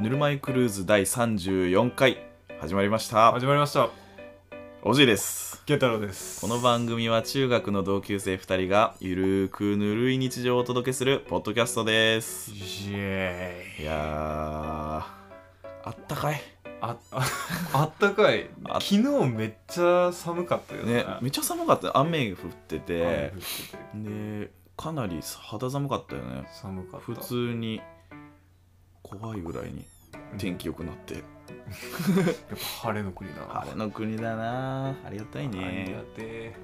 ぬるま湯クルーズ第34回始まりました始まりましたおじいですケンタロウですこの番組は中学の同級生2人がゆるーくぬるい日常をお届けするポッドキャストですイエーいイやーあったかいああ あったかいあ昨日めっちゃ寒かったよねねめっちゃ寒かった雨降ってて雨降っててでかなり肌寒かったよね寒かった普通に怖いぐらいに天気良くなってやっぱ晴れの国だな晴れの国だなありがたいありがねて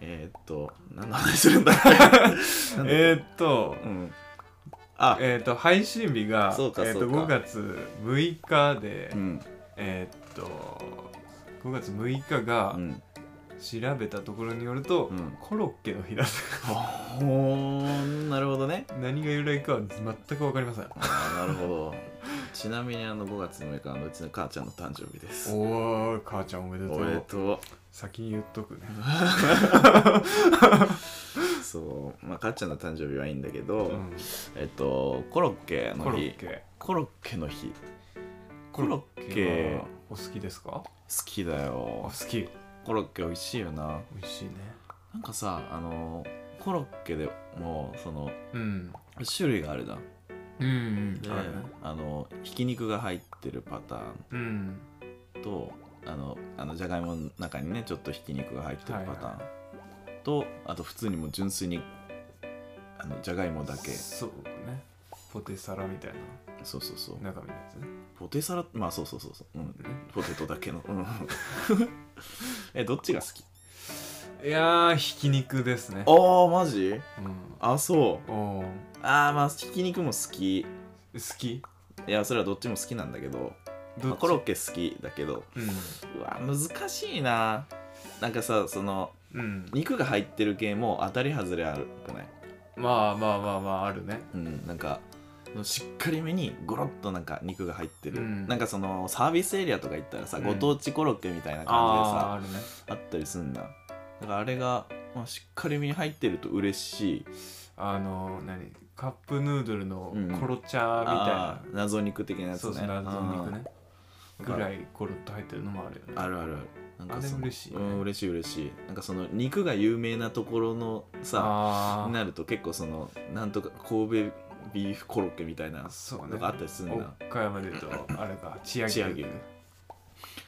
えー、っと何の話するんだなんだっけえーっとうんあえーっと配信日がそうかえーっそとうか5月6日でうんえーっと5月6日がうん調べたところによるとうんコロッケの日だっほーなるほどねた何が由来かは全く分かりませんあーなるほどちなみにあの5月6日はあのうちの母ちゃんの誕生日ですおお母ちゃんおめでとおうめでとう先に言っとくねそうまあ母ちゃんの誕生日はいいんだけうど、んえっとコロッケコのロ日ッケコロッケの日ココロロッッケケはお好きですか好きだあよ好きコロッケ美味しいよな美味しいねなんかさあのコロッケでもそのうん種類があるじゃんうんでうんあるねあのひき肉が入ってるパターうんンとあのあのじゃがいもの中にねちょっとひき肉が入ってるパターン、とあと普通にもう純粋にあのじゃがいもだけそうねポテサラみたいそうそうそうな中身のやつねポテサラまあそうそうそうそう、うん、ポテトだけの うん えどっちが好きいやーひき肉ですねああマジうんあそうおーああまあひき肉も好きい好きやそれはどっちも好きなんだけど、どまあっコロッちケ好きだけどううわ難しいななんかさそのんうん肉が入ってる系も当たり外れあるくないまあまあまあまああるねうんなんかしっかりめにゴロッとなんか肉が入ってる、うんなんかそのサービスエリアとか行ったらさ、うんご当地コロッケみたいな感じでああーさあるねあったりすんだだからあれが、まあ、しっかりめに入ってると嬉しいあの何カップヌードルのうんコロチャーみたいなあー謎肉的なやつねそうそう謎肉ねうんぐらいコロッと入ってるのもあるよねあるあるあるなんかそのあれ嬉しいようねん、嬉しい嬉しいなんかその肉が有名なところのさあにーなると結構そのなんとか神戸ビーフコロッケみたいなそうねのがあったりするんだ、岡山でいうとあれか千千秋秋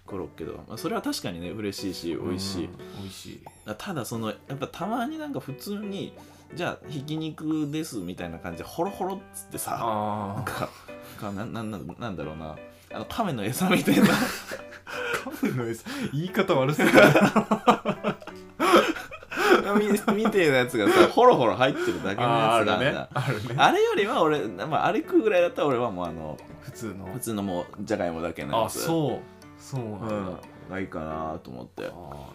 コロッケだ、まあ、それは確かにね嬉しいし美味しい、うん美味しいだただそのやっぱたまになんか普通にじゃあひき肉ですみたいな感じでホロホロっつってさあなんかなんかなんなんなんだろうなあの亀の餌みたいなあカフェの餌言い方悪すぎるみみたいなやつがさホロホロ入ってるだけの あーやつがああるるんねあるねだあれよりは俺、まあ、あれ食うぐらいだったら俺はもうあの普通の普通のもうじゃがいもだけのやあつそうそうなんうだんがいいかなと思ってああなるほ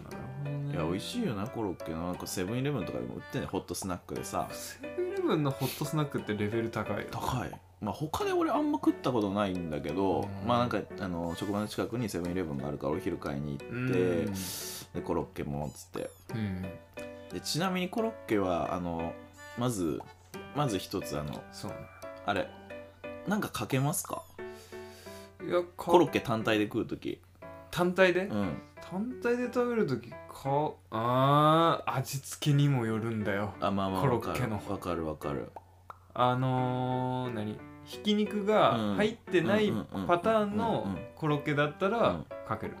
どねいや美味しいよなコロッケななんかセブンイレブンとかでも売ってんねホットスナックでさセブンイレブンのホットスナックってレベル高いよ高いまあ他で俺あんま食ったことないんだけど、うんまあなんかあの職場の近くにセブンイレブンがあるからお昼買いに行うっんて、でコロッケもっつってうんでちなみにコロッケはあのまずまず一つあのそうねあれなんかかけますかいやコロかッケ単体で食う時単体でうん単体で食べる時かあー味付けにもよるんだよあまあまあコロわッかケるのわかるわかるあのー、何ひき肉が入ってないうんうんうんパターンうんうのんコロッケだったうんらかける。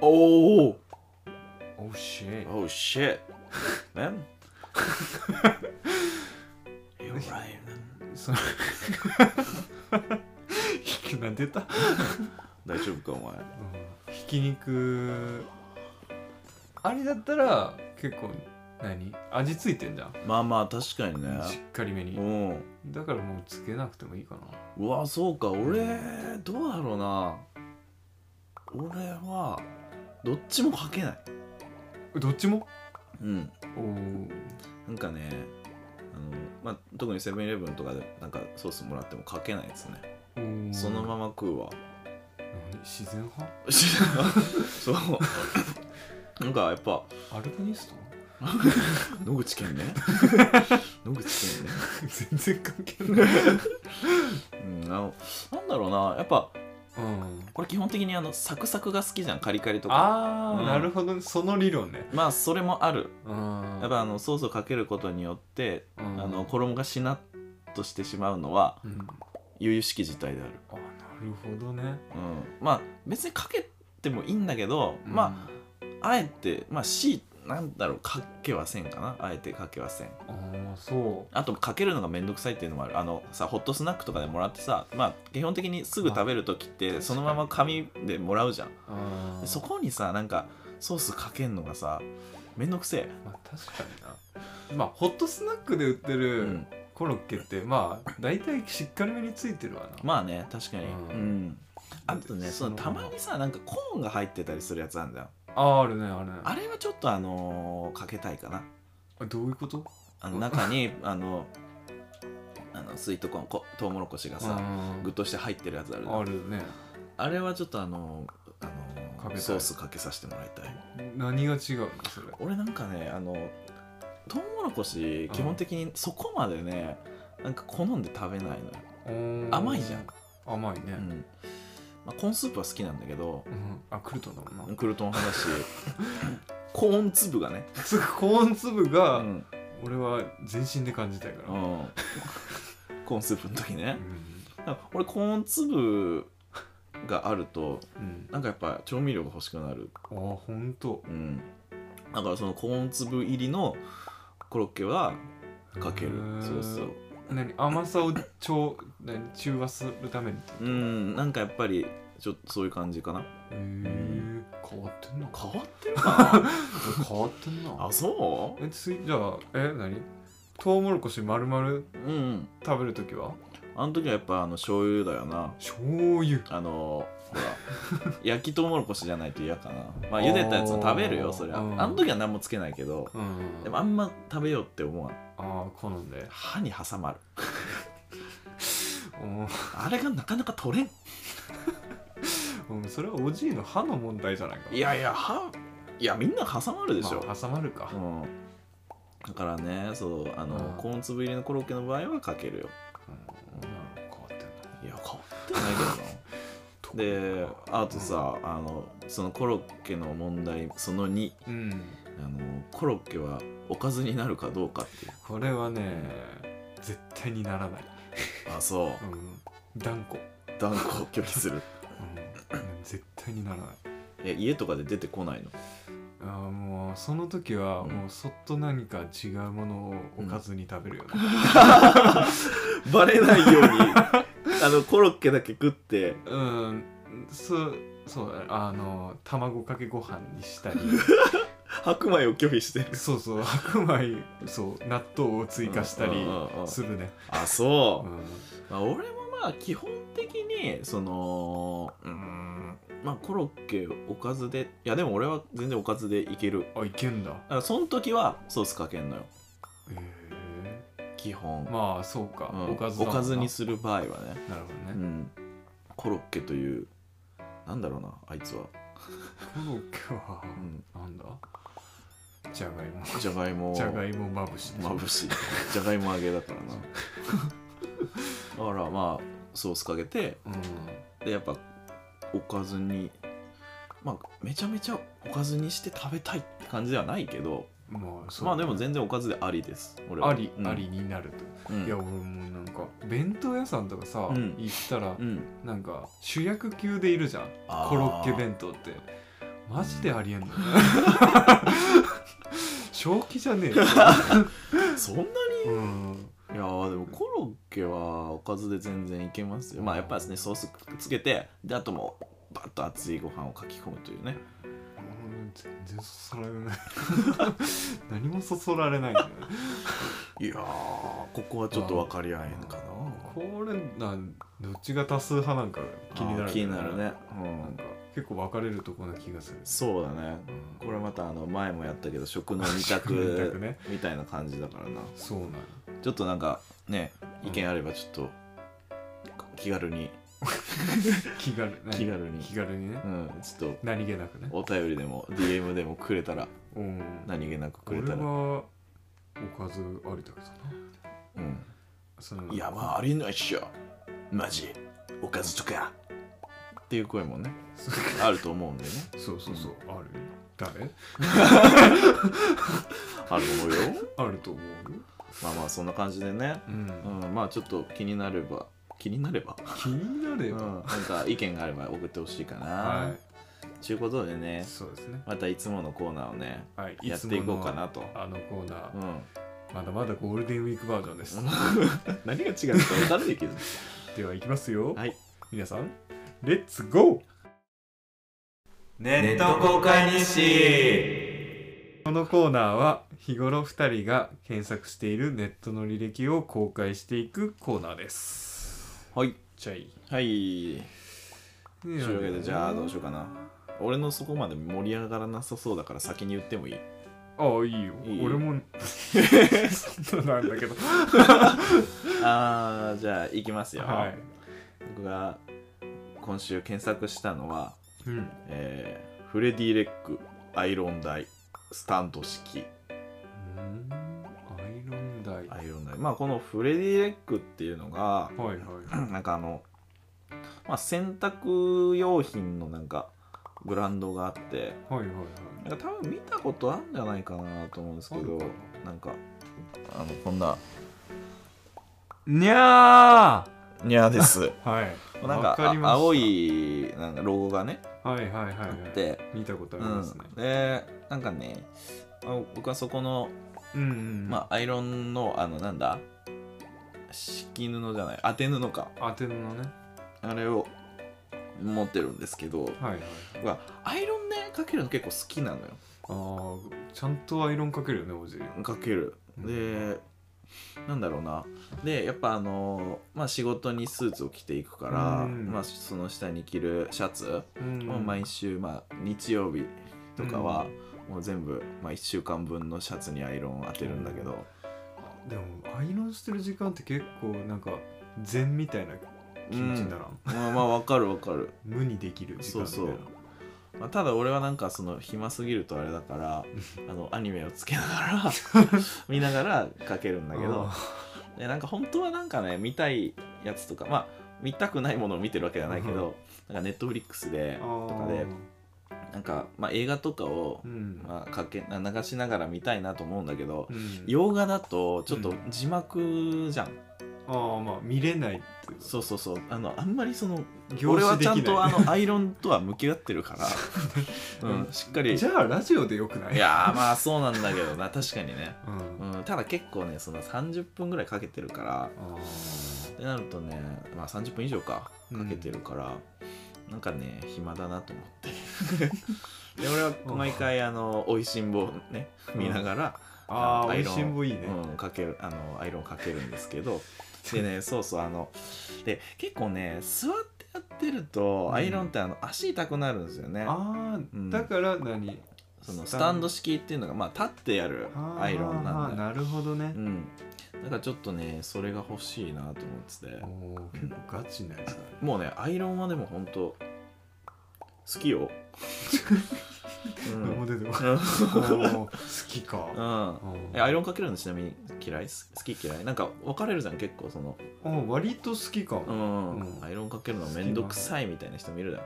おおおしい。 Oh shit. Man. You're right. その ひきなんて言った、大丈夫かお前。ひき肉あれだったら結構何味付いてんじゃん、まあまあ確かにね。しっかりめにうん。だからもうつけなくてもいいかなうわそうか俺どうだろうな。俺はどっちもかけない。えどっちもうん。おーなんかね。あのまあ、特にセブンイレブンとかでなんかソースもらってもかけないですね、おーそのまま食 うわ何自然派そうなんかやっぱ アルピニスト野口健 ね野口健ね全然関係ないうんあのなんだろうなやっぱうんこれ基本的にあのサクサクが好きじゃんカリカリとかあー、うんなるほどねその理論ねまあそれもあるうんやっぱあのソースをかけることによって、うんあの衣がしなっとしてしまうのはうん、由々しき事態である、あなるほどねうん、まあ別にかけてもいいんだけど、まああえてまあ C なんだろうかけはせんかなあえてかけはせんああーそうあとかけるのがめんどくさいっていうのもあるあのさホットスナックとかでもらってさまあ基本的にすぐ食べる時っまてあそのまま紙でもらうじゃんあーそこにさなんかソースかけんのがさめんどくせえまあ確かになまあホットスナックで売ってうるんコロッケって、まあ大体しっかりめについてるわな、まあね確かにううんん、あとねそのたまにさなんかコーンが入ってたりするやつあるんだよあーあるねあるねあれはちょっとあのーかけたいかなあどういうことあの中にあのあのスイートコーンこトウモロコシがさうん具として入ってるやつあるじゃんあるねあれはちょっとあのーあかけのたーいソースかけさせてもらいたい何が違うのそれ俺なんかねあのトウモロコシうん基本的にそこまでねなんか好んで食べないのよ、甘いじゃんゃん甘いね、うんまあ、コーンスープは好きなんだけどうんあクルトンだもんな、クルトン派だし コーン粒がね、すぐコーン粒うが、 ん俺は全身で感じたいから、うんコーンスープの時ね、うんなんか俺コーン粒があるとうん、なんかやっぱ調味料が欲しくなるあーほんとうんだからそのコーン粒入りのコロッケはかけるへーソースを何甘さを調何中和するためにってうんなんかやっぱりちょっとそういう感じかなへえ変わってんな変わってる か変わってんなあそ えついじゃあえ何トウモロコシ丸々ううん食べるときはあの時はやっぱあの醤油だよな醤油あのほ ら焼きとうもろこしじゃないと嫌かなまあ茹でたやつは食べるあよーそりゃうんあの時は何もつけないけどうんでもあんま食べようって思わんああ好んで歯に挟まるうんあれがなかなか取れんうんそれはおじいの歯の問題じゃないかいやいや歯いやみんな挟まるでしょ、まあ挟まるかうんだからねそうあの、うんコーン粒入りのコロッケの場合はかけるようん変わってんないや変わってないけどなであとさ、あのそのコロッケの問題その2うんあのコロッケはおかずになるかどうかっていうこれはね絶対にならないあそううん断固断固拒否するうん絶対にならないえ家とかで出てこないのあーもうその時はうんもうそっと何か違うものをおかずに食べるよね、バレないよう にあのコロッケだけ食ってうん、そそうだねあの卵かけご飯にした り白米を拒否してるそうそう白米そう納豆を追加したうりんうんうんうんするね、あそうう、んまあ、俺もまあ基本的にそのうーんまあコロッケおかずでいやでも俺は全然おかずでいけるあいけんだだからその時はソースかけんのよへ基本、えまあそうか、うんおかずだもんなにする場合はね、なるほどうね、ん、コロッケというなんだろうなあいつは、コロッケはうん、なんだじゃがいもじゃがいもじゃがいもまぶしでしょまぶしいじゃがいも揚げだから なだからまあソースかけてうんでやっぱおかずにまあめちゃめちゃおかずにして食べたいって感じではないけどまあそうまあでも全然おかずでありです俺はあり、うんありになると、うんいや俺もなんか弁当屋さんとかさ、うん行ったらうんなんか主役級でいるじゃんあーコロッケ弁当ってマジでありえんの正気じゃ ねえよ、 そんなにうん、いやーでもコロッケはおかずで全然いけますよまあやっぱですねソースつけてであともうバッと熱いご飯をかき込むというね全然そそられない 何もそそられないんだよねいやーここはちょっと分かり合えんかなこれなんどっちが多数派なんか気になる、あー気になるね、うなんん、か結構分かれるとこな気がする、そうだねうんこれまたあの前もやったけど食の二食の二択択ねみたいな感じだからなそうなんよちょっとなんかねうん意見あればちょっと気軽に気軽気に軽に気軽にね、うんちょっと何気なくねお便りでも DM でもくれたらうん何気なくく俺れたら、はおかずありだけどなうん、そのいやまあありえないっしょマジおかずとかっていう声もねそうあると思うんでねそうそうそうある誰あると思うよあると思うよまあまあそんな感じでね、うんうん、まあちょっと気になれば気になれば、気になれうん、ばなんか意見があれば送ってほしいかな、はちゅうことでいねそうですねまたいつものコーナーをねはいやっていこうかいなとつものあのコーナーうんまだまだゴールデンウィークバージョンです何が違うのか分かんないけどではいきますよはい皆さんレッツゴーネット公開日誌このコーナーは日頃2人が検索しているネットの履歴を公開していくコーナーですはいじゃあいいはいとというわけでじゃあどうしようかな俺のそこまで盛り上がらなさそうだから先に言ってもいいああいいよいい俺も そんななんだけどあーじゃあ行きますよ、はい、僕が今週検索したのは、うん、えーフレディ・レックアイロン台スタンド式アイロン台はいアイロン台まあこのフレディ・レックっていうのがはい なんかあの、まあ、洗濯用品のなんかブランドがあってはいはいはいなんか多分見たことあるんじゃないかなと思うんですけどあるなんかあのこんなにゃニャーです ーはいなんわかりましたあ青いなんかロゴがねはいはいはいはあっいて、見たことあうりますねん、でなんかねあ僕はそこの、うんうんまあ、アイロンのあのなんだ敷布じゃない当て布かあ当て布のねあれを持ってるんですけどはいはい僕はアイロンねかけるの結構好きなのよあーちゃんとアイロンかけるよねおじいかけるでなんだろうなでやっぱあのまあ仕事にスーツを着ていくから、うんまあ、その下に着るシャツうんを毎週、まあ、日曜日とかは、もう全部、まあ、1週間分のシャツにアイロンを当てるんだけど、でもアイロンしてる時間って結構なんか禅みたいな気持ちにならん、まあまあわかるわかる、無にできる時間みたいなそうまあ、ただ俺はなんかその暇すぎるとあれだ からあのアニメをつけながら見ながらかけるんだけどあでなんか本当はなんかね見たいやつとかまあ見たくないものを見てるわけじゃないけど、なんかネットフリックスでーとかでなんか、まあ、映画とかをう、ん、まあ、かけ流しながら見たいなと思うんだけど、うん洋画だとちょっと字幕じゃん、ああまあ見れないっていうそうそうそうあのあんまりその凝俺視はでちきゃないんとあのアイロンとは向き合って るから、うん、しっかりじゃあラジオでよくないいやーまあそうなんだけどな確かにね、うん、うん、ただ結構ねその30分ぐらいかけてるからあーってなるとね、まあ、30分以上かうんかけてるから、なんかね暇だなと 思ってで俺は毎回あの「おいしんぼ」ねうん見ながら、あーア美イ味ロンしんぼいいね、うん、かけるあのアイロンかけるんですけど でねそうそうあので結構ね座ってやってるとうんアイロンってあの足痛くなるんですよね、ああ、うんだから何そのスタンド式っていうのが、まあ、立ってやるあーアイロンなんだよなるほどねう、ん、だからちょっとねそれが欲しいなと思ってておー結構ガチなやつだねもうねアイロンはでもほんと好きよ、う何もん出てこ ないおー好きか、うん、うんえアイロンかけるのちなみに嫌いす好き嫌いなんか分かれるじゃん結構その、あ割と好きかも、うんうんアイロンかけるのめんどくさいみたいな人もいるじゃん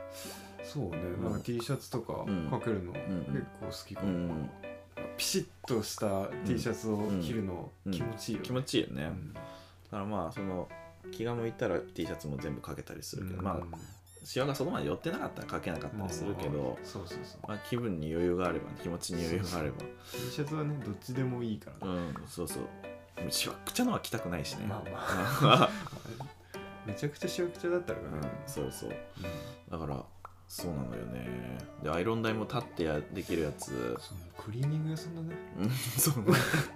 そうね、んなんか T シャツとかうんかけるのん結構好きかも、うんピシッとした T シャツを着るのうん気持ちいいよ、気持ちいいよね、うだんからまあその気が向いたら T シャツも全部かけたりするけど、まあシワがそこまで寄ってなかったらかけなかったりするけど、そうそうそうまあ、気分に余裕があれば、ね、気持ちに余裕があれば T シャツはねどっちでもいいから、うん、そうそう。しわくちゃのは着たくないしね。まあまあ。めちゃくちゃしわくちゃだったらね、そうそう。だから、そうなのよね。で、アイロン台も立ってやできるやつ。 そのクリーニング屋さんだねうんそう。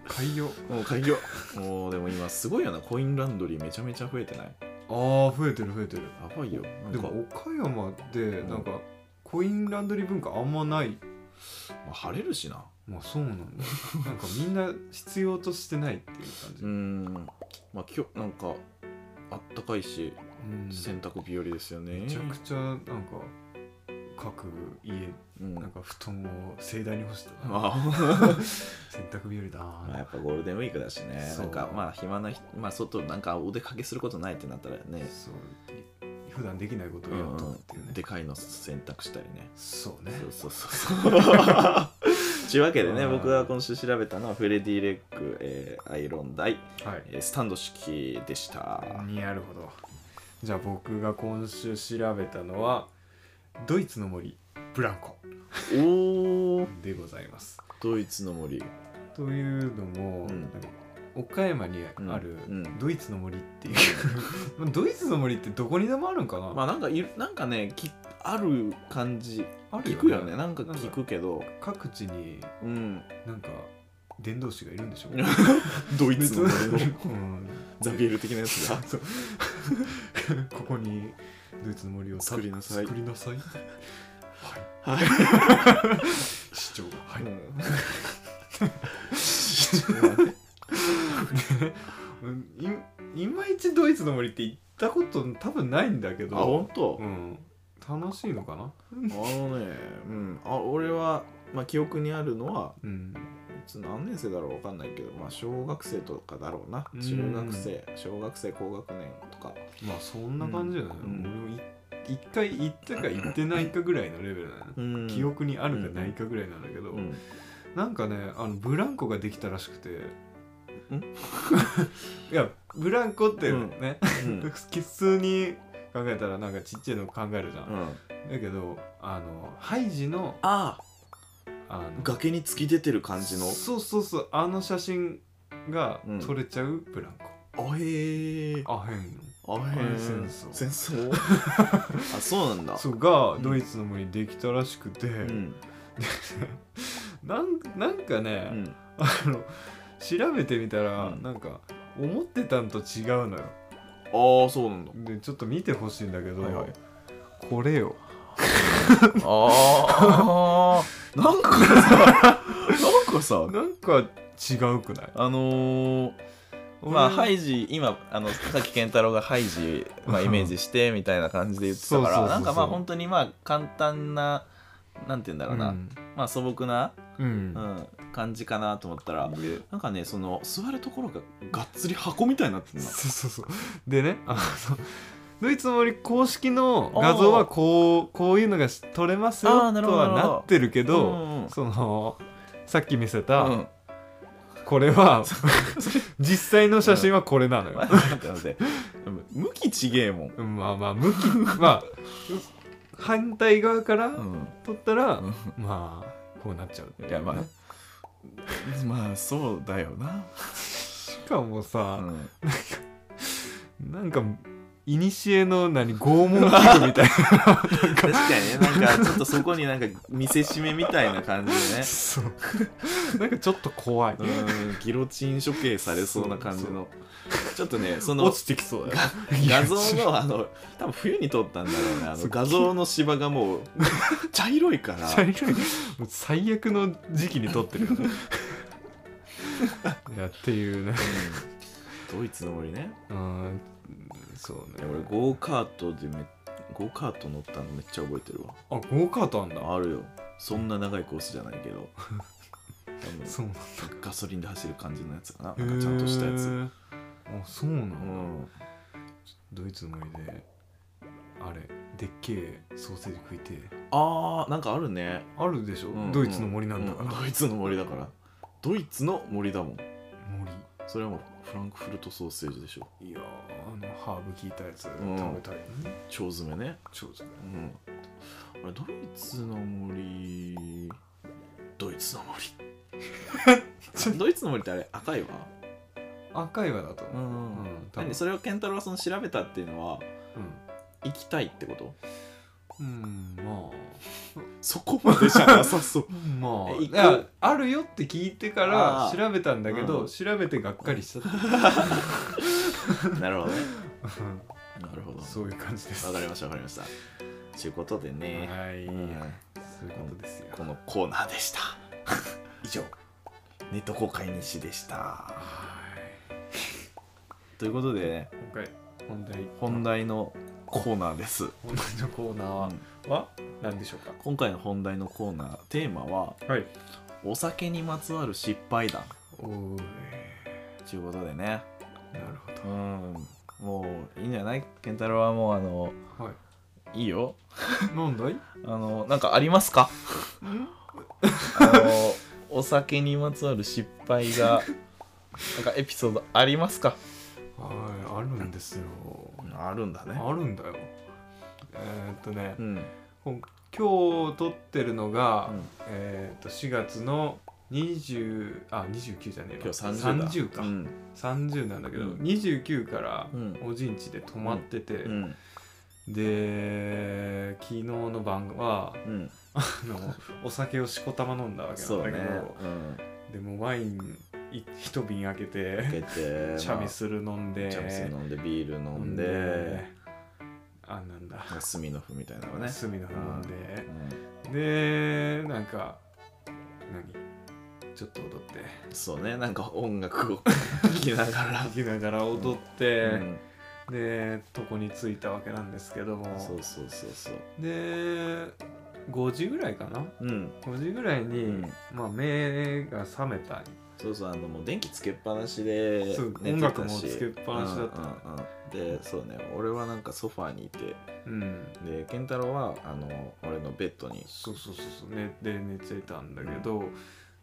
海洋もう開業。もう、でも今、すごいよな。コインランドリーめちゃめちゃ増えてない。ああ増えてる増えてるやばいよ。なんでか、も岡山でんなんかコインランドリー文化あんまないまあ、晴れるしな。まあそうなんだなんかみんな必要としてないっていう感じうーん。まあ、今日、なんか、あったかいし、うん洗濯日和ですよね。めちゃくちゃなんか各家うんなんか布団を盛大に干したま あ洗濯日和だまあやっぱゴールデンウィークだしねそうなんかまあ暇な人、まあ、外なんかお出かけすることないってなったらねそう普段できないことをやっとくっていうね、でかいの選択したりねそうねそうそうそう そう。というわけでね、うん僕が今週調べたのはフレディ・レック、えーアイロン台、はいえースタンド式でした。なるほどじゃあ僕が今週調べたのはドイツの森ブランコおお、でございますドイツの森。というのも、うんなんか岡山にあるうんうんドイツの森っていう まあドイツの森ってどこにでもあるんかな、まあなんかいるなんかねきある感じある聞くよね。なんか聞くけど、各地にうん、なんか伝道師がいるんでしょ ドイツの森のうん ザビエル的なやつが。そう ここにドイツの森を作りなさい作りなさい はい。市長がはい、 いいまいちドイツの森って行ったこと多分ないんだけあど本当う。ん、楽しいのかなあのね、うん、あ俺はまあ記憶にあるのは。うんいつ何年生だろうわかんないけど、まあ、小学生とかだろうなうん中学生小学生高学年とかまあそんな感じだよね、うん俺もい一回行ったか行ってないかぐらいのレベルだよね、記憶にあるかないかぐらいなんだけど、うんなんかねあのブランコができたらしくて んいやブランコってうんね、 うん普通に考えたらなんかちっちゃいの考えるじゃん、うんだけどあのハイジのあああの崖に突き出てる感じのそうそうそうあの写真がうん撮れちゃうブランコ、あへえあへんのあへあえれ戦争戦 争あそうなんだそうがうんドイツの森にできたらしくて、うん なんなんかうね、んあの調べてみたら、うんなんか思ってたんと違うのよああそうなんだでちょっと見てほしいんだけど、はいはいこれよああ なんかさなんかさなんか違うくないあのー、まあ、ハいイジ今あのさっき健太郎がハイジ、まあ、イメージしてみたいな感じで言ってたかそうそうそうそうらなんかまあ本当にまあ簡単ななんて言うんだろうな、うんまあ素朴な、うんうん、感じかなと思ったらなんかねその座るところががっつり箱みたいになってんなそうそうそうでねあのドイツの森公式の画像はこうこういうのがし撮れますあーよなるとほどはなってるけど、うんうんそのさっき見せうた、ん、これ は実際の写真はこれなのよ待、って待って向きちげえもん、うんまあまあ向きまあ反対側からうん撮ったら、うんまあこうなっちゃうってういやまあまあそうだよな、しかもうさ、ん、なんかいにしえの何拷問器具みたい確かにねなんかちょっとそこになんか見せしめみたいな感じ でねなそうなんかちょっと怖い、うーんギロチン処刑されそうな感じのちょっとねその落ちてきそうだよ画像のあの多分冬に撮ったんだろうねあそのう画像の芝 がもう茶色いから茶色いもう最悪の時期に撮ってるよ ねいやっていうねドイツの森ねうんそういねや俺ゴーカートでめゴーカート乗ったのめっちゃ覚えてるわあゴーカートあんだあるよそんな長いコースじゃないけど 多そうなんだ分ガソリンで走る感じのやつかななんかちゃんとしたやへつーあそうなの、うんドイツの森であれでっけえソーセージ食いてえあーなんかあるねあるでしょ、うんドイツの森なんだから、うんドイツの森だからドイツの森だもん森それはもうフランクフルトソーセージでしょいやーあのハーブ効いたやつ食んべたいよね腸詰めねちょうどねうんあれドイツの森ドイツの 森ドイツの森ってあれ赤いわ赤いわだとう思う、ん、うん多分何それを健太郎はその調べたっていうのは行きたいってことうん、うん、まあそこまでじゃなさそうまあえいやあるよって聞いてからあー調べたんだけど、うん調べてがっかりしちゃった、 なるほどねなるほど そういう感じですわかりましたわかりましたということでね、はい、うんそういうことですよこのコーナーでした 以上ネット公開西でしたはいということでね今回本題本題のコーナーです、本題のコーナーうはんは何でしょう今回の本題のコーナーテーマはかはいお酒にまつわる失敗談おーということでねなるほうんもういいんじゃない健太郎はもうあのどはい いいよ何だいあのなんかありますか あのお酒にまつわる失敗 がなんかエピソードありますかはいあるんですよあるんだねあるんだよえーっとねうんこん今日撮ってるのが、うんえーっと4月の20あ29じゃねえ今わ日30だ30か、うん30なんだけど、うん29からうんおじんちで泊まってて、うんで昨日の晩はうんあのお酒をしこたま飲んだわけなそんうだけねど、うんでもワインい一瓶開けて開け てチャミスル飲んまであチャミスル飲んでビール飲んでであなんだスミノフみたいなのね隅の方飲んで、うんでなんか何ちょっと踊ってそうねなんか音楽を聴きながら弾きながら踊って、で床に着いたわけなんですけどもうんそうそうそうそうで5時ぐらいかなうん5時ぐらいに、うんまあ目が覚めたそうそうあのもう電気つけっぱなしで寝てたしそう音楽もつけっぱなしだったうんうんうんでそうね俺はなんかソファーにいてうんで健太郎はあの俺のベッドにそうそうそうそう寝で寝ついたんだけど、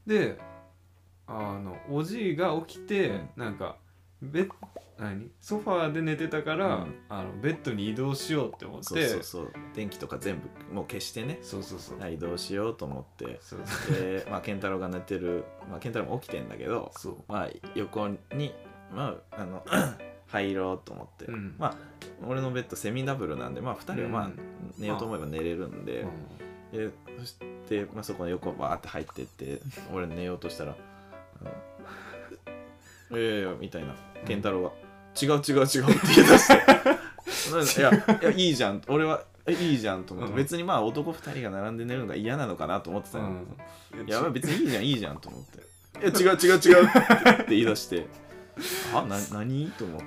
であのおじいが起きて、うんなんかベ何ソファーで寝てたから、うんあのベッドに移動しようって思ってそうそうそう電気とか全部もう消してねそうそうそう移動しようと思ってそうで、まあ、健太郎が寝てる、まあ、健太郎も起きてんだけど、そうまあ、横に、まあ、あの 入ろうと思って、うんまあ俺のベッドセミダブルなんで、まあ、2人はまあ、うん寝ようと思えば寝れるんで,、でそして、まあ、そこの横バーって入ってって俺寝ようとしたら「あの いやいやいや」みたいな健太郎が「違う違う違う」って言い出して なんか「いやいやいいじゃん」俺は「えいいじゃん」と思って、うん別にまあ男2人が並んで寝るのが嫌なのかなと思ってたうの、んうんやばい別にいいじゃんいいじゃんと思って「いや違う違う違 う」って言い出して「あな何?」と思って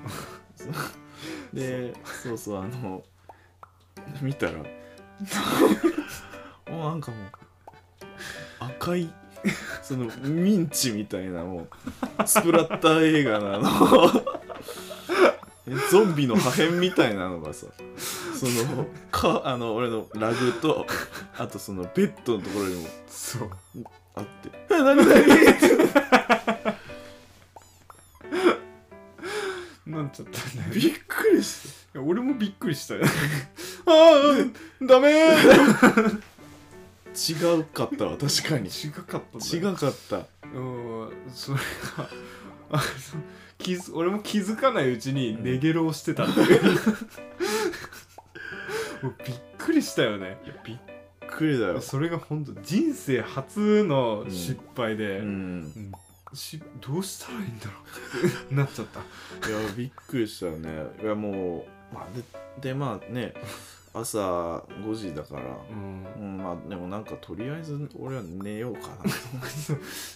でそう そうあの見たら もうなんかもう赤いそのミンチみたいなもうスプラッター映画のあの えゾンビの破片みたいなのがさそのかあの俺のラグとあとそのベッドのところにもそうあって「え何何?なんちゃったんだ」よびっくりしいや俺もびっくりしたよ た「ああダメー!」違うかったわ確かに違かったんだ違よかったうんそれがあの気づ俺も気づかないうちに寝ゲロをしてたんだよもうびっくりしたよねびっくりだよそれが本当人生初の失敗で、うんうんしどうしたらいいんだろうってなっちゃったいやびっくりしたよねいやもう、まあ、ででまあね朝5時だからうんうんまあでもなんかとりあえず俺は寝ようか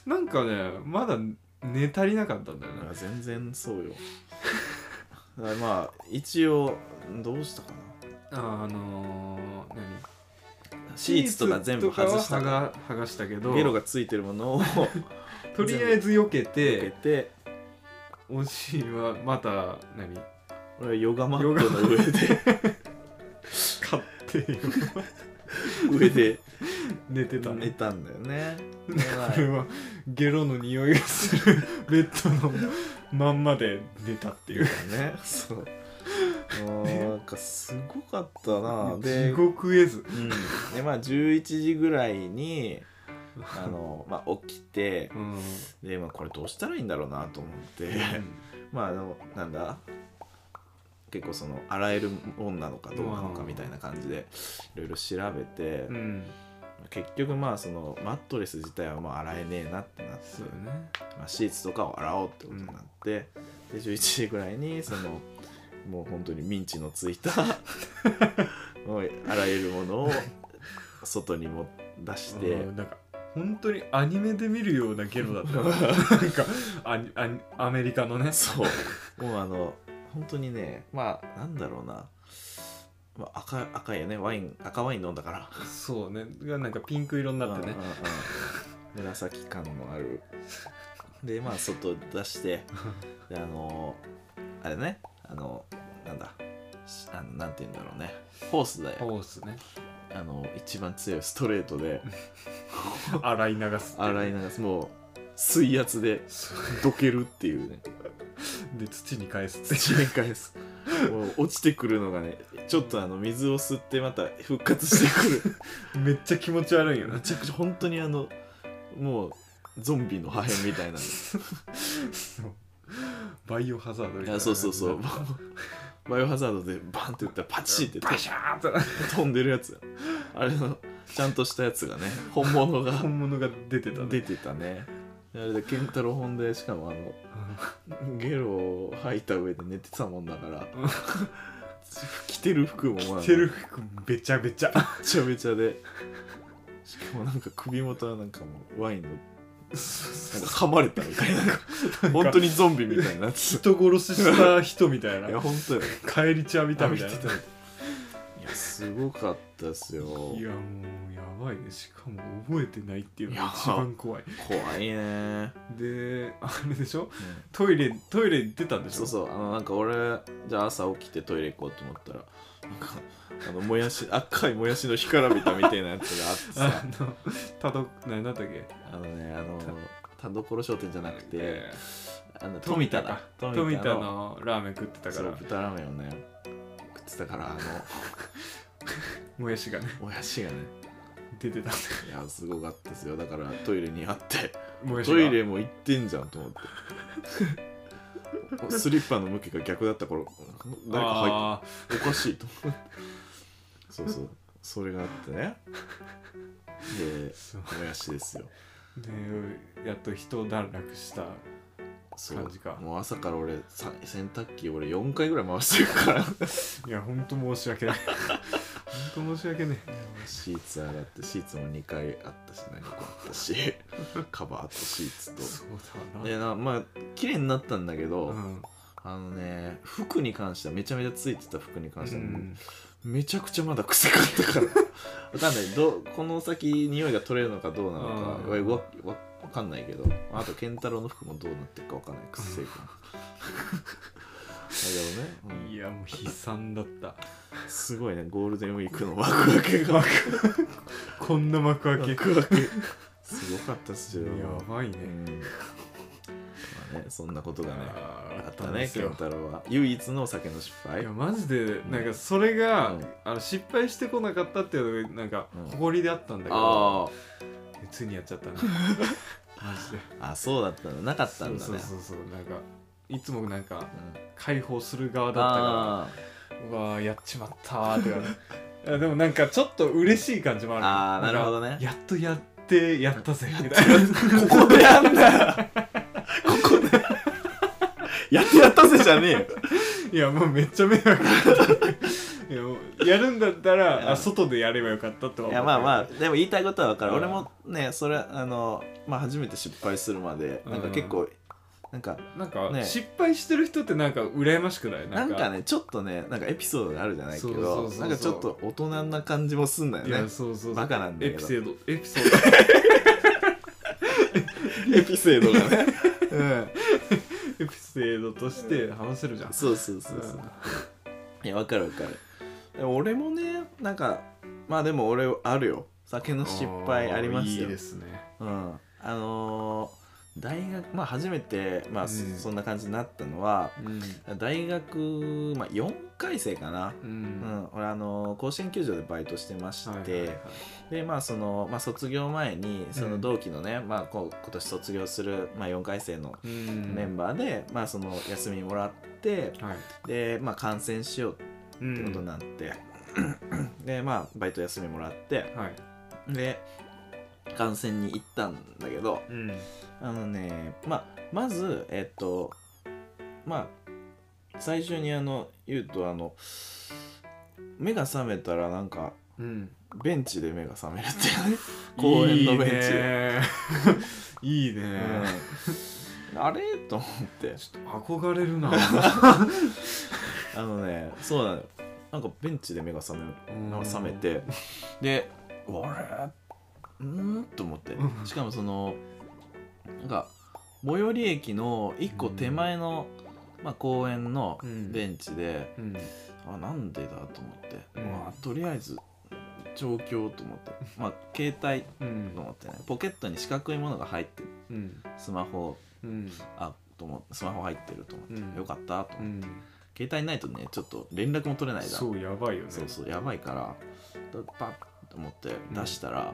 なんかねまだ寝足りなかったんだよないねや全然そうよだからまあ一応どうしたかあのー、何なシーツとか全部外しシーたツとかからは剥が剥がしたけどゲロがついてるものを とりあえず避け受けてておじいはまた何俺はヨガマットの上で買って 上で寝てた寝ねたんだよねこれはゲロの匂いがす るベッドのまんまで寝たっていうね そうもうなんかすごかったな地で,、獄絵図うん、でまあ11時ぐらい にあの、まあ、起きてうんで、まあ、これどうしたらいいんだろうなと思ってまああのなんだ結構その洗えるもんなのかどうなのかみたいな感じでいろいろ調べて、うん結局まあそのマットレス自体はまあ洗えねえなってなってそうよねまあ、シーツとかを洗おうってことになって、で11時ぐらいにそのもう本当にミンチのついたもうあらゆるものを外にも出して、うんなんか本当にアニメで見るようなゲロ だったよなんかアニアニアメリカのねそうもうあの本当にねまあなんだろうなまあ、赤赤やねワイン赤ワイン飲んだからそうねがなんかピンク色になってねうんうんうん紫感のあるでまあ外出してであのあれねあのなんだしあのなんて言うんだろうねホースだよホースねあの一番強いストレート で洗い流す洗い流流すもう水圧ですどけるっていうね で土に返すって土に返すもう落ちてくるのがねちょっとあの水を吸ってまた復活してくるめっちゃ気持ち悪いよめねちゃくちゃ本当にあのもうゾンビの破片みたいなバイオハザードみたいあなそうそうそう バイオハザードでバンって打ったらパチってバシャーンと飛んでるやつあれのちゃんとしたやつがね本物が本物が出てたね出てたねあれで健太郎本でしかもあのゲロを吐いた上で寝てたもんだからうん着てる服もまあ着てる服べちゃべちゃめちゃめちゃでしかもなんか首元はなんかも うワインのなんか噛まれたみたいな本当にゾンビみたいになってた人殺しした人みたいいやな本当よ帰りちゃみたいない見てた見てたいやすごかったですよやもうやばいねしかも覚えてないっていうのいがや一番怖い怖いね、であれでしょトイレトイレ出たんでしょそうそうあのなんか俺じゃあ朝起きてトイレ行こうと思ったらなんかあのもやし 赤いもやしの火から見たみたいなやつがあってあさのたど何だったっけあのねあの田所商店じゃなくてえあーの富田かだ富田ののラーメン食ってたかそうら豚ラーメンをね食ってたからあもやしがねのもやしがね出てたんだよいやすごかったですよだからトイレにあってもやしがトイレも行ってんじゃんと思って スリッパの向きが逆だったから誰か入ってあおかしいと思ってそうそう それがあってねでーそうもやしですよでやっと人段落したそう感じかもう朝から俺さ洗濯機俺4回ぐらい回してるからいやほんと申し訳ないほんと申し訳ねシーツ洗ってシーツも2回あったし何個あった しカバーとシーえツそうだとなでなまあ綺麗になったんだけど、うんあのね服に関してはめちゃめちゃついてた服に関してうは、んめちゃくちゃまだ臭かったから わかんないどこの先匂いが取れるのかどうなのかうわんわわわかんないけどあと健太郎の服もどうなってるかわかんないくっせえからだけどね、いやもう悲惨だったうんすごいねゴールデンウィークの幕開けがこんな幕開け幕開けすごかったっすやよ、ばいねうんまあねそんなことがねあーああっったたんでねす健よ太郎は唯一のお酒の失敗いやマジでなんかそれが、うんあの失敗してこなかったっていうのがなんかうん誇りであったんだけど、あついにやっちゃったねマジでーあそうだったのなかったんだそうねそうそうそうなんかいつもなんかうん解放する側だったかあらうわーやっちまったーって感じいやでもなんかちょっと嬉しい感じもあるあーなるほどねんかやっとやってやったぜみたいーな ここでやんだこ こで やってやったぜじゃねいえよやもうめっちゃ迷惑だったいやもうやるんだったらあ外でやればよかったとは思ういいやまあまあでも言いたいことは分かる、うん俺もねそれあのまあ初めて失敗するまでなんか結構、なんかなんか、ね失敗してる人ってなんか羨ましくないななんんかかねちょっとねなんかエピソードがあるじゃないけそうそうそどうそうなんかちょっと大人な感じもすんだよいやねそうそうそうバカなんだエけピどソードエピソーエピソードが ね、うん、ド エピソードとして話せるじゃんそうそうそうそう、いや分かる分かるでも俺もねなんかまあでも俺あるよ酒の失敗ありますいいよですねうん、あのー大学まあ初めて、まあそうんそんな感じになったのはうん、大学、まあ、4回生かな、ううんん、俺あのー甲子園球場でバイトしてまして、はいはいはいでまあその、まあ、卒業前にそうのん同期のね、まあ、こう今年卒業する、まあ、4回生のうんメンバーで、まあ、その休みもらってはいで、まあ、感染しよううってことになって、でまあバイト休みもらってはいで感染に行ったんだけど、うんあのね、まあ、まず、えっと、まあ、最初にあの言うと、あの、目が覚めたら、なんか、うんベンチで目が覚めるって いうね、公園のベンチで。 いいねいいね、うんあれ と思って ちょっと憧れるなあのねそうなのよなんかベンチで目が覚めるうんなんか覚めてで「あれうん?」と思ってうんしかもそのなんか最寄り駅の一個手前の、まあ、公園のうんベンチで、うんあなんでだと思って、うんまあ、とりあえず状況と思って、まあ、携帯うんと思ってねポケットに四角いものが入ってるうんスマホうんあと思ってスマホ入ってると思って、うんよかったと思って、うん携帯ないとねちょっと連絡も取れないじゃんそうやばいよねそうそうやばいからだパッと思って出したら、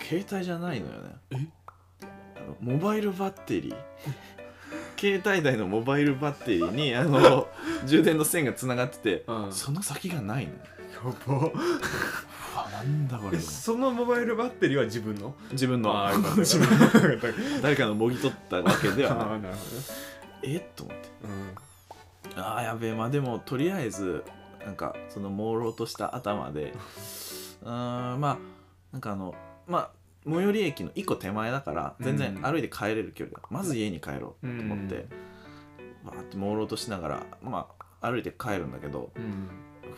携帯じゃないのよねえあのモバイルバッ テリー携帯台のモバイルバッテリーにあの充電の線がつながってて、うんその先がないのよやばうわなんだこれえそのモバイルバッテリーは自分の自分のああよかった自よ分かったよかっ 誰かのもぎ取ったわけでた あはなあいなるほえっと思ってどねああやべえまあでもとりあえずなんかその朦朧とした頭 でうーんまあなんかあのまあ最寄り駅の1個手前だから全然うん歩いて帰れる距離だ、まず家に帰ろうと思って、バーって朦朧としながらまあ歩いて帰るんだけどうん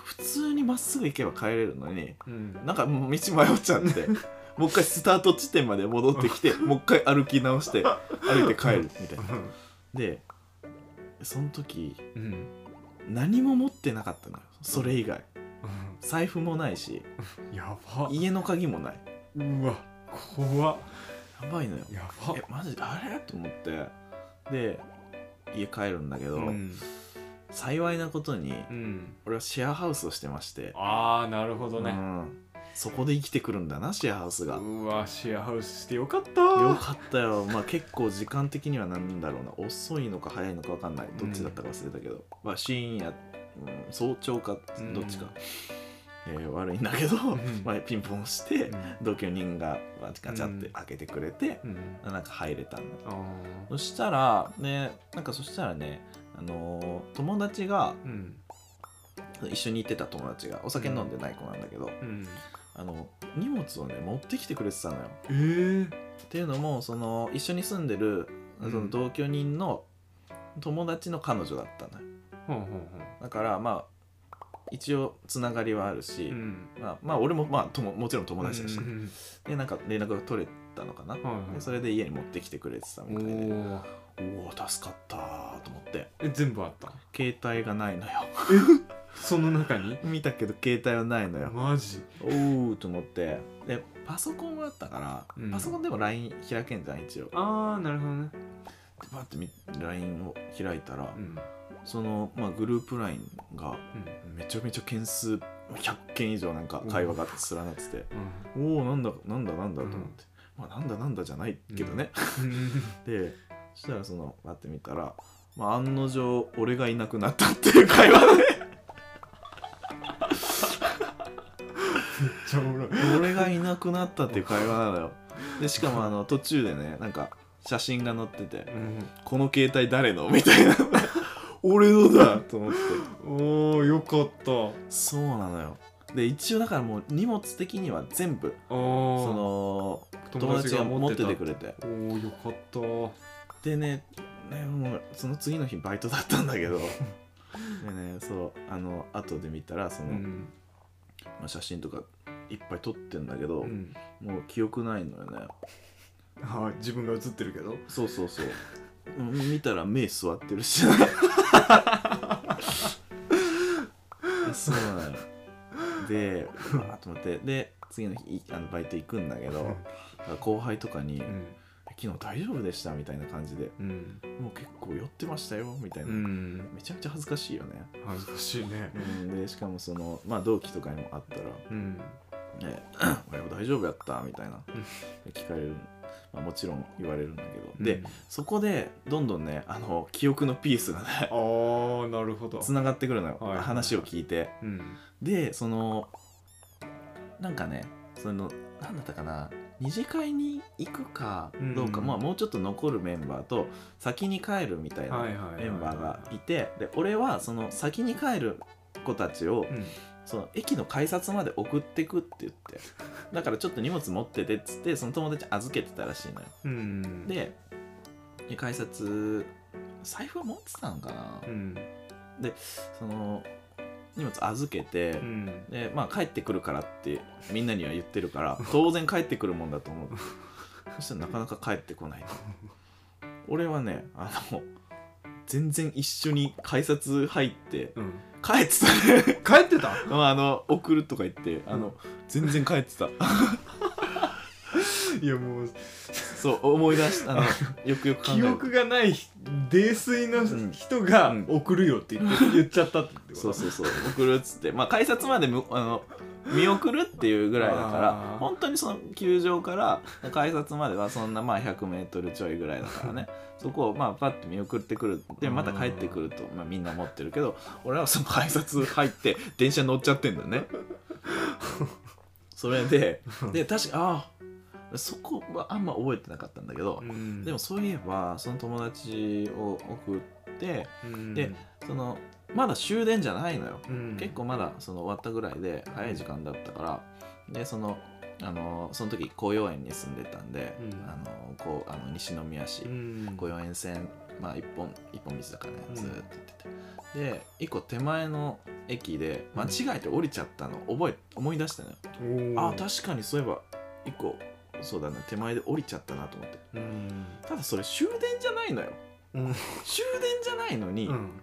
普通にまっすぐ行けば帰れるのにうんなんかもう道迷っちゃって もう一回スタート地点まで戻ってきてもう一回歩き直して歩いて帰るみたいな。でその時うんうん何も持ってなかったのよそれ以外財布もないしうんやば家の鍵もないうわ怖っやばいのよやばえマジあれと思ってで家帰るんだけど、うん幸いなことにうん俺はシェアハウスをしてまして、ああなるほどうねんそこで生きてくるんだなシェアハウスがようわシェアハウスしてよかったかったよまあ結構時間的には何だろうな遅いのか早いのか分かんないどっちだったか忘れたけど、まあ深夜、うん早朝かうんどっちか、えー悪いんだけど、んまあ、ピンポンして、うん同居人がガチャガチャってうん開けてくれて、うんなんか入れたんだあそしたらねなんかそしたらねあのー友達がーうん一緒に行ってた友達がお酒飲んでない子なんだけど、うんあの荷物をね持ってきてくれてたのよえーっていうのもその一緒に住んでるそうんの同居人の友達の彼女だったのよほんほんほだからまあ一応つながりはあるし、んうんまあ、まあ俺もまあとももちろん友達だし、うんうんでなんか連絡が取れたのかな、はいはいでそれで家に持ってきてくれてたみうたいでんおーおお助かったーと思ってえ全部あった携帯がない のよその中に見たけど携帯はないのよマジおおと思ってでパソコンはあったから、うんパソコンでも LINE 開けんじゃん一応でああなるほどねバッてみ LINE を開いたら、うんその、まあ、グループ LINE がめちゃめちゃ件数100件以上なんか会話が連なってて、うおおなんだなんだなんだと思って、まあなんだなんだじゃないけどね、ん でそしたらその待ってみたら、まあ、案の定俺がいなくなったっていう会話でちゃおもろい俺がいなくなったっていう会話なのよでしかもあの途中でねなんか写真が載ってて「この携帯誰の?」みたいな「俺のだ!」と思っておおよかったそうなのよで一応だからもう荷物的には全部そおの友達が持っててくれておおよかったでねねもうその次の日バイトだったんだけ どでねそうあの後で見たらその、うんまあ、写真とかいっぱい撮ってんだけど、うんもう記憶ないのよねあー自分が写ってるけどそうそうそううん見たら目座ってる しそうなのよであと思ってで次の日いあのバイト行くんだけど後輩とかにうん「昨日大丈夫でした?」みたいな感じでうん「もう結構酔ってましたよ」みたいな、うんめちゃめちゃ恥ずかしいよね、恥ずかしいねうん、でしかもそのまあ同期とかにも会ったらうんね、 俺も大丈夫やったみたいな聞かれる、まあ、もちろん言われるんだけど、でそこでどんどんねあの記憶のピースがね ああなるほどつながってくるのよ、はい話を聞いてうんでそのなんかねそのなんだったかな二次会に行くかどうか、うんまあ、もうちょっと残るメンバーと先に帰るみたいなはいはいはいメンバーがいてで俺はその先に帰る子たちをうんその駅の改札まで送ってくって言ってだからちょっと荷物持っててっつってその友達預けてたらしいのようんでで改札財布は持ってたのかな、うんその荷物預けて、うんでまあ帰ってくるからってみんなには言ってるから当然帰ってくるもんだと思うそしたらなかなか帰ってこない俺はねあの全然一緒に改札入ってうん帰ってた ね帰ってたまああの送るとか言ってあの、うん全然帰ってたいやもうそう思い出したあのよくよく考え記ると憶がない泥酔のうん人がうん送るよって言 って言っちゃったってことそうそうそう送るっつってまあ改札までむ あの見送るっていうぐらいだかあーら本当にその球場から改札まではそんなまあ 100m ちょいぐらいだか らねそこをまあパッと見送ってくるでまた帰ってくると、まあ、みんな思ってるけど俺はその改札入って電車乗っちゃってんだねそれでで確かああそこはあんま覚えてなかったんだけどうんでもそういえばその友達を送ってうんでそのまだ終電じゃないのようん結構まだその終わったぐらいで早い時間だったからでそのあのその時紅葉園に住んでたんで、うんあのこうあの西宮市、うん紅葉園線、まあ、一本一本道だからねうんずーっと行ってて、で一個手前の駅で間違えて降りちゃったの覚え思い出したのよ、おーあ確かにそういえば一個そうだね手前で降りちゃったなと思ってうんただそれ終電じゃないのようん終電じゃないのに、うん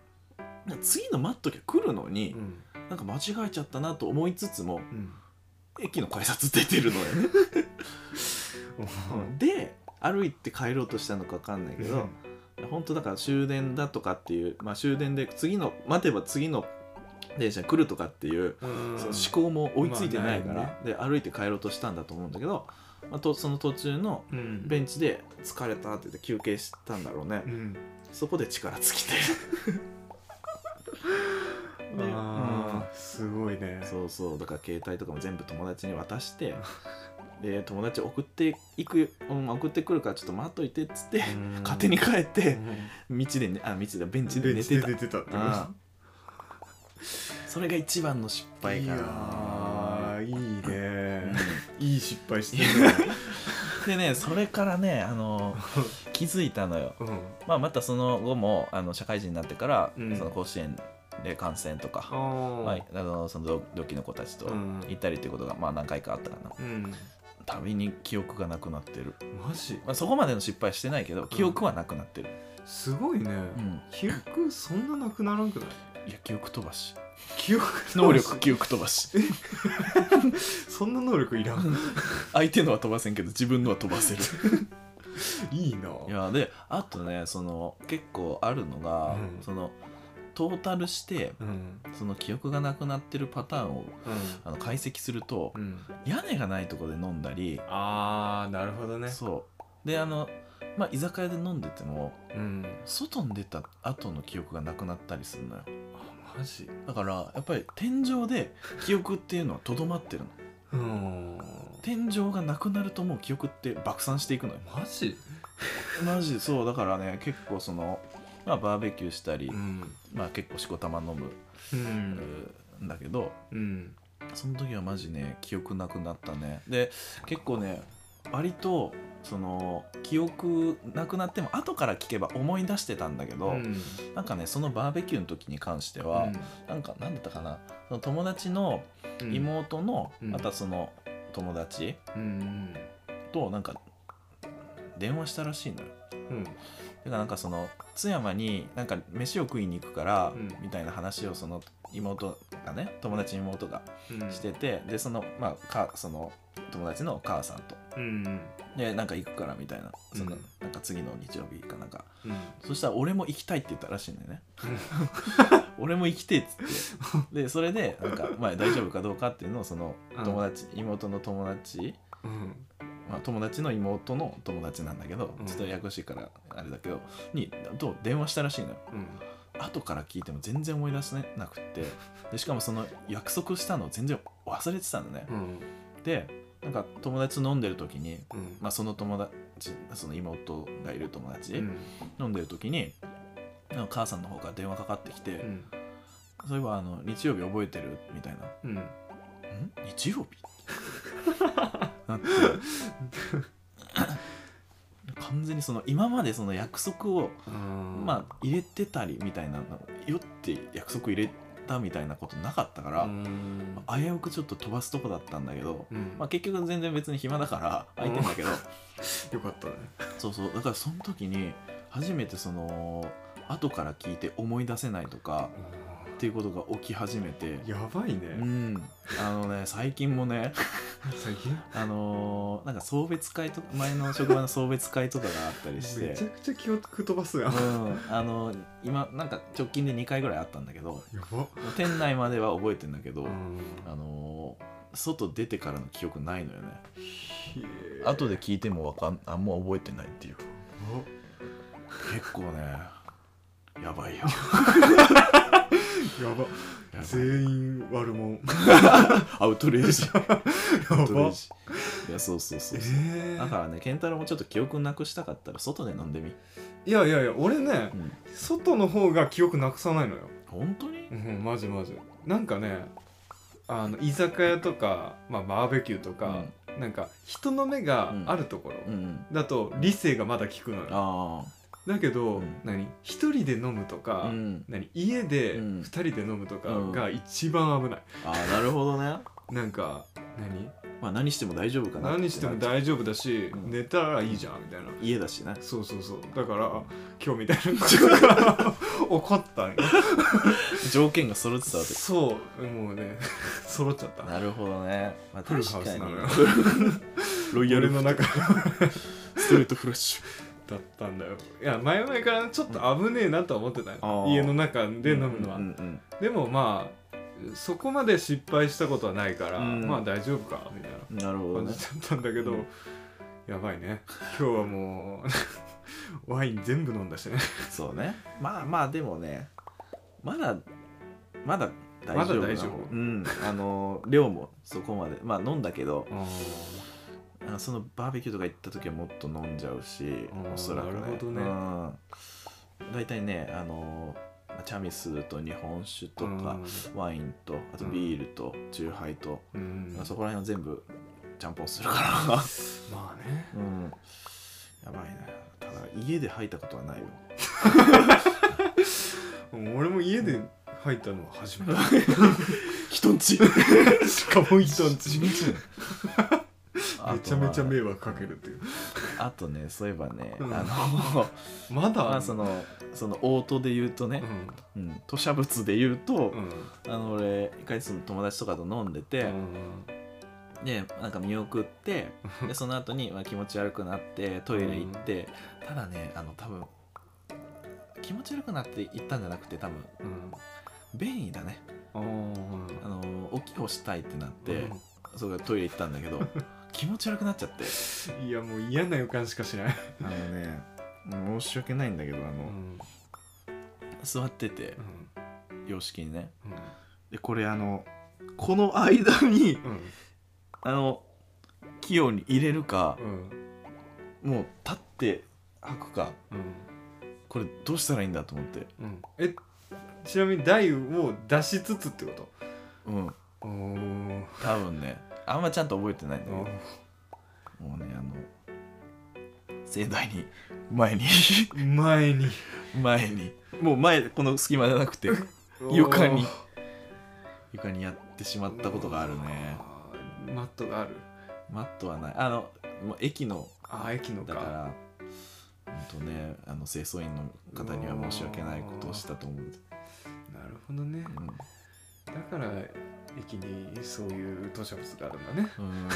なんか次の待っときゃ来るのに、うんなんか間違えちゃったなと思いつつもうん駅の改札出てるのよね、で歩いて帰ろうとしたのか分かんないけど、本当だから終電だとかっていう、まあ、終電で次の待てば次の電車来るとかっていう、うんその思考も追いついてないから、まあなで歩いて帰ろうとしたんだと思うんだけど、まあ、とその途中のうんベンチで「疲れた」って言って休憩したんだろうね、うんそこで力尽きて でうんあーすごいねそうそうだから携帯とかも全部友達に渡して で友達送っていく、うん、送ってくるからちょっと待っといてっつって、うん勝手に帰ってうん道で、ね、あ道でベンチベでン寝チでて寝たてたってことああそれが一番の失敗いかやなーいいねういい失敗してるねんでねそれからねあ の気づいたのよ、うんまあ、またその後もあの社会人になってから、うんその甲子園で観戦とか、ははい、あのその同同期の子たちとうん行ったりっていうことが、まあ、何回かあったかなうん旅に記憶がなくなってるマジまあ、そこまでの失敗してないけど記憶はなくなってる、すごいねうん記憶そんななくならんくないいや記憶飛ばし記憶 能力記憶飛ばしそんな能力いらん 相手のは飛ばせんけど自分のは飛ばせる いいないやであとねその結構あるのが、うんそのトータルしてうんその記憶がなくなってるパターンをうあの解析するとんうん屋根がないとこで飲んだり、あーなるほどねそうであのまあ居酒屋で飲んでてもうん外に出た後の記憶がなくなったりするのよあマジだからやっぱり天井で記憶っていうのはとどまってるのうん天井がなくなるともう記憶って爆散していくのよマジマジそうだからね結構その、まあ、バーベキューしたり、うんまあ、結構しこたま飲む、うんんだけどうんその時はマジね記憶なくなったねで結構ね割とその記憶なくなっても後から聞けば思い出してたんだけど、うんなんかねそのバーベキューの時に関しては、なんか何だったかなその友達のうん妹の、うんまたその友達うんとなんか電話したらしいのようんてかなんかその津山になんか飯を食いに行くからうんみたいな話をその妹がね友達の妹がうんしててでそのまあかその友達のお母さんとうんでなんか行くからみたいなそうんのなんか次の日曜日かなんかうんそしたら俺も行きたいって言ったらしいんだよ ね俺も行きてえっつってでそれでなんかまあ大丈夫かどうかっていうのをその友達妹の友達うんまあ、友達の妹の友達なんだけど、うんちょっとややこしいからあれだけどにと電話したらしいのようん後から聞いても全然思い出せなくってでしかもその約束したのを全然忘れてたのねう、んでなんか友達と飲んでる時に、うんまあ、その友達その妹がいる友達、うん飲んでる時になんか母さんの方から電話かかってきて、うんそういえばあの日曜日覚えてるみたいなうんん日曜日 なって 完全にその今までその約束を、うんまあ入れてたりみたいなのよって約束入れったみたいなことなかったから、うん危うくちょっと飛ばすとこだったんだけど、うんまあ、結局全然別に暇だから空いてんだけど、よかったねそうそうだからその時に初めてその後から聞いて思い出せないとかっていうことが起き始めてやばいうねんあのね最近もね最近あのーなんか送別会とか前の職場の送別会とかがあったりしてめちゃくちゃ記憶飛ばすやんうやんあの今なんか直近で2回ぐらいあったんだけどば店内までは覚えてんだけど、うんあのー外出てからの記憶ないのよねひえ後で聞いてもわかんあんま覚えてないっていう結構ねやば いよやばやばい全員悪者アウトレイ ジアウやトレばイジいやそうそうそうそうえだかーらね健太郎もちょっと記憶なくしたかったら外で飲んでみ、いやいやいや俺ねうん、外の方が記憶なくさないのよ本当にうんマジマジなんかねあの居酒屋とか、まあ、バーベキューとか、なんか人の目があるところうんうんだと理性がまだ効くのよあだけど、うん何一人で飲むとあうか、ん何家でうん二人で飲むとかうんが一番危ない、ああなるほどねなんか何まあ何しても大丈夫かな何しても大丈夫だし、うん寝たらいいじゃんみたいな家だしなそうそうそうだから今日みたいなことが 起こったんよ条件が揃ってたわけそうもうね 揃っちゃったなるほどね、まあ、フルハ確ウかスになのよロイヤ俺ルの中ストレートフラッシュだったんだよいや前々からちょっと危ねえなとは思ってたよ、あー家の中で飲むのは、うんうんでもまあそこまで失敗したことはないから、うんまあ大丈夫かみたいうんなるなほ感どねじだったんだけど、うんやばいね今日はもう ワイン全部飲んだしねそうねまあまあでもねまだまだ大丈夫まなだ大丈夫うんあの量もそこまでまあ飲んだけどああのそのバーベキューとか行った時はもっと飲んじゃうしあーおそらくねなるほどねうん大体ねあのチャミスと日本酒とか、ワインとあとビールとチューハイと、うんまあそこら辺を全部ちゃんぽんするからまあねうんやばいなただ家で吐いたことはないよもう俺も家で入ったのは初めて 人んちしかも人んちめ ちゃめちゃ迷惑惑かけるっていうあとねそういえばね、うんあの まだあんのまあそのそのオートで言うとね、うん、吐砂物で言うとう、んうんあの俺一回その友達とかと飲んでて、うんでなんか見送ってでその後にまあ気持ち悪くなってトイレ行って、ただねあの多分気持ち悪くなって行ったんじゃなくて多分うん便意だねあーあの大きい方したいってなって、うんそれトイレ行ったんだけ ど気持ち悪くなっちゃっていやもう嫌な予感しかしない、あのね申し訳ないんだけどあの、うん座っててう様式にねんでこれあのこの間にうんあの器用に入れるかうんもう立って吐くかうんこれどうしたらいいんだと思ってうんえちなみに台を出しつつってこうんとおー多分ねあんまちゃんと覚えてないんだけどおもうねあの盛大に前に ー前に前 にもう前この隙間じゃなくて床に床にやってしまったことがあるねあーマットがあるマットはないあのもう駅のあー駅のだかからほんとねあの清掃員の方には申し訳ないことをしたと思う、なるほどねうだから駅にそういう図書物があるんだねん、うん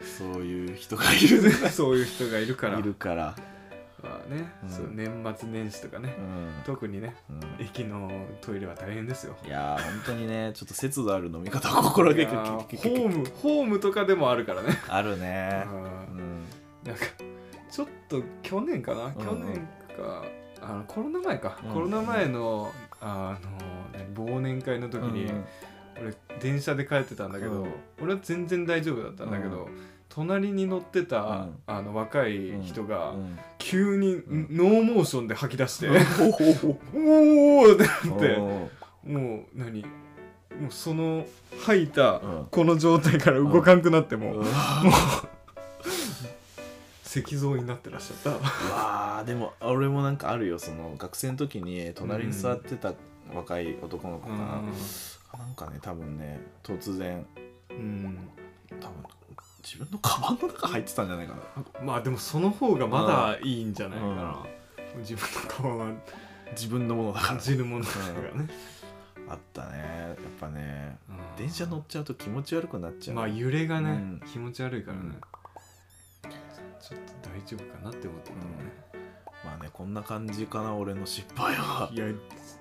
そういう人がいるそういう人がいるからいるから、まあね、うんそう年末年始とかねう、ん特にねうん駅のトイレは大変ですよいやー本当にねちょっと節度ある飲み方を心がいけやてーホームホームとかでもあるからねあるねううんんなんかちょっと去年かなうん去年かあのコロナ前か、うんコロナ前のあの何忘年会の時に、うん俺電車で帰ってたんだけど、うん俺は全然大丈夫だったんだけど、う隣に乗ってた、うんあの若い人が、うん急にんノーモーションで吐き出して、ほうほうほうおーってなっておーもう何もうその吐いたうんこの状態から動かんくなってもううわ石像になってらっしゃったうわーでも俺もなんかあるよその学生の時に隣に座ってた若い男の子かな、なんかね多分ね突然うん多分自分のカバンの中入ってたんじゃないかなまあでもその方がまだいいんじゃないかな、自分の顔は自分のものだか感らじるものだからね、あったねやっぱねうん電車乗っちゃうと気持ち悪くなっちゃう、まあ揺れがね、うん気持ち悪いからね、うんちょっと大丈夫かなって思ってたもんね、まあねこんな感じかな俺の失敗はいや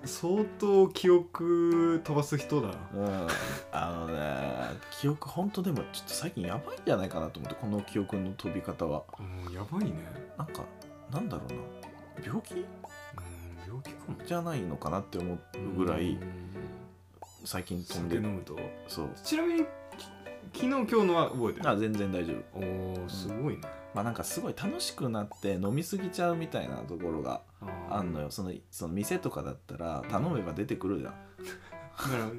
相当記憶飛ばす人だなうんあのね記憶ほんとでもちょっと最近やばいんじゃないかなと思ってこの記憶の飛び方はもうやばいねなんかなんだろうな病気うん病気かもじゃないのかなって思うぐらい最近飛酒んで飲るむとそうちなみにき昨日今日のは覚えてるあ全然大丈夫おーすごいね、まあなんかすごい楽しくなって飲みすぎちゃうみたいなところがーあんのよそのその店とかだったら頼めば出てくるじゃんなるほど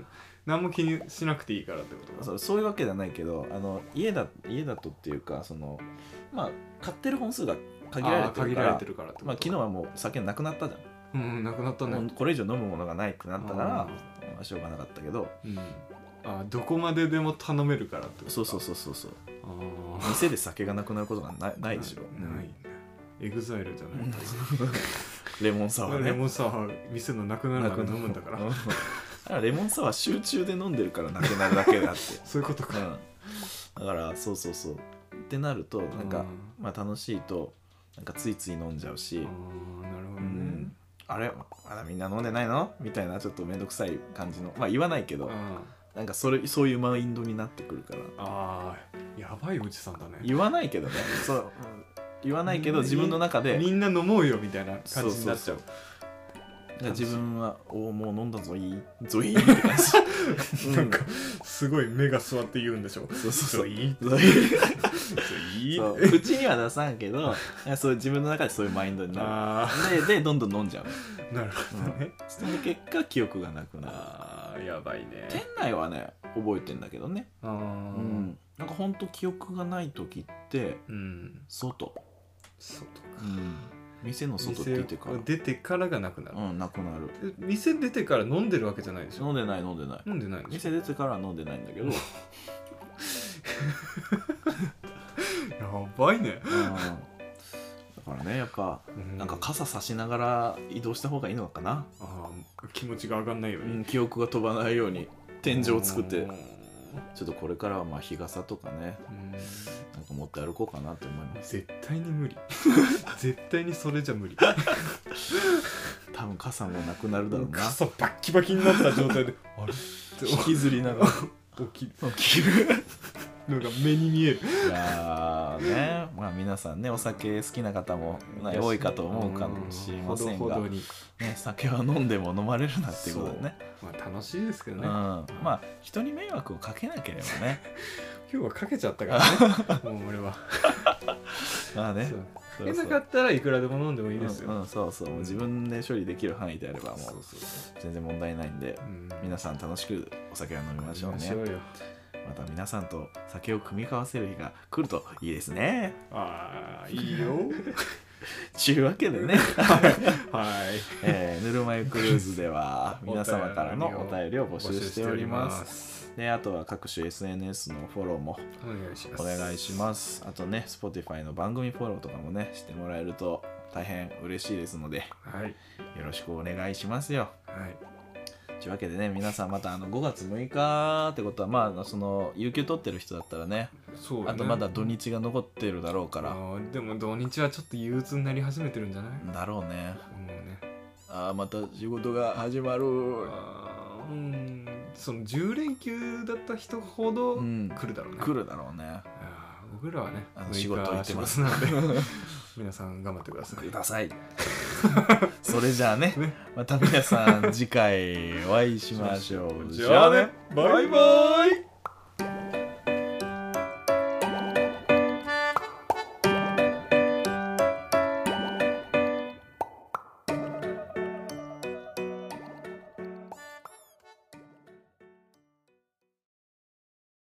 何も気にしなくていいからってことそうそういうわけじゃないけどあの家だ家だとっていうかそのまあ買ってる本数が限られあーてる限からられてるからってことまあ、昨日はもう酒なくなったじゃうんなくなったん、もうねこれ以上飲むものがないってなったからあまあしょうがなかったけどうんあどこまででも頼めるからってことかそうそうそうそうそうあー店で酒がなくなることがないないでしょないねエグザイルじゃないレモンサだワーからねもうさ店のなくなるから飲むんだからうだからレモンサワー集中で飲んでるからなくなるだけだってそういうことかうん、だからそうそうそうってなるとなんか、まあ、楽しいとなんかついつい飲んじゃうあし、ーなるほうどねんあれまだみんな飲んでないのみたいなちょっと面倒くさい感じのまあ言わないけど、あなんかそれそういうマインドになってくるからあーやばいおじさんだね言わな いけどねそう言わないけどうん自分の中でみんな飲もうよみたいなそ感うじにそなうっちそゃううだから自分は「おおもう飲んだ ぞいいぞいい」って感じなんかすごい目が座って言うんでしょそうそうそういいうん、そういういいそう口には出さんけどそう自分の中でそういうマインドになるあででどんどん飲んじゃうあなるほどねその結果記憶がなくなるああやばいね店内はね覚えてんだけどね、あうーなんかほんと記憶がない時ってうん外、外か店の外出てから店を出てからがなくなるうんなくなるえ店出てから飲んでるわけじゃないでしょ飲んでない飲んでない飲んでないの店出てからは飲んでないんだけど、うんやばいねだからねやっぱなんか傘さしながら移動した方がいいのかな、あー気持ちが上がんないよううに、ん、記憶が飛ばないように天井を作ってうんちょっとこれからはまあ日傘とかねうんなんか持って歩こうかなと思います絶対に 無理絶対にそれじゃ無理多分傘もなくなるだろうな傘バッキバキになった状 態であれって引きずりな がら起きる起きるのが目に見えるいやーねまあ皆さんねお酒好きな方もまあ多いかと思うかもしれませんほどが、ほどに、ね、酒は飲んでも飲まれるなっていうことでねまあ、楽しいですけどうねん、まあ人に迷惑をかけなければ ね今日はかけちゃったからね もう俺はまあねそうそかうけそうなかったらいくらでも飲んでもいいですよ、うんうんそうそうもう自分で処理できる範囲であればもそううそうそ全然問題ないんでう、うん、皆さん楽しくお酒を飲みましょうね飲みましょうよまた皆さんと酒を組み交わせる日が来るといいですねああいい よちゅうわけで ねはいえー、ぬるま湯クルーズで は皆様からのお便りを募集しておりますすであとは各種 SNS のフォローもお願いしますお願いしますあとね Spotify の番組フォローとかもねしてもらえると大変嬉しいですのではいよろしくお願いしますよはいというわけでね皆さんまたあの5月6日ってことはまああのその有給取ってる人だったらねそうねあとまだ土日が残ってるだろうからあーでも土日はちょっと憂鬱になり始めてるんじゃない、だろうねもうねあーまた仕事が始まるあーうんその10連休だった人ほどうん来るだろうね、来るだろうねあー僕らはねあの6日仕事行ってます仕事なんで皆さん頑張ってくだ さいくださいそれじゃあねねま た皆さん次回お会いしましょうじゃあねバイバイ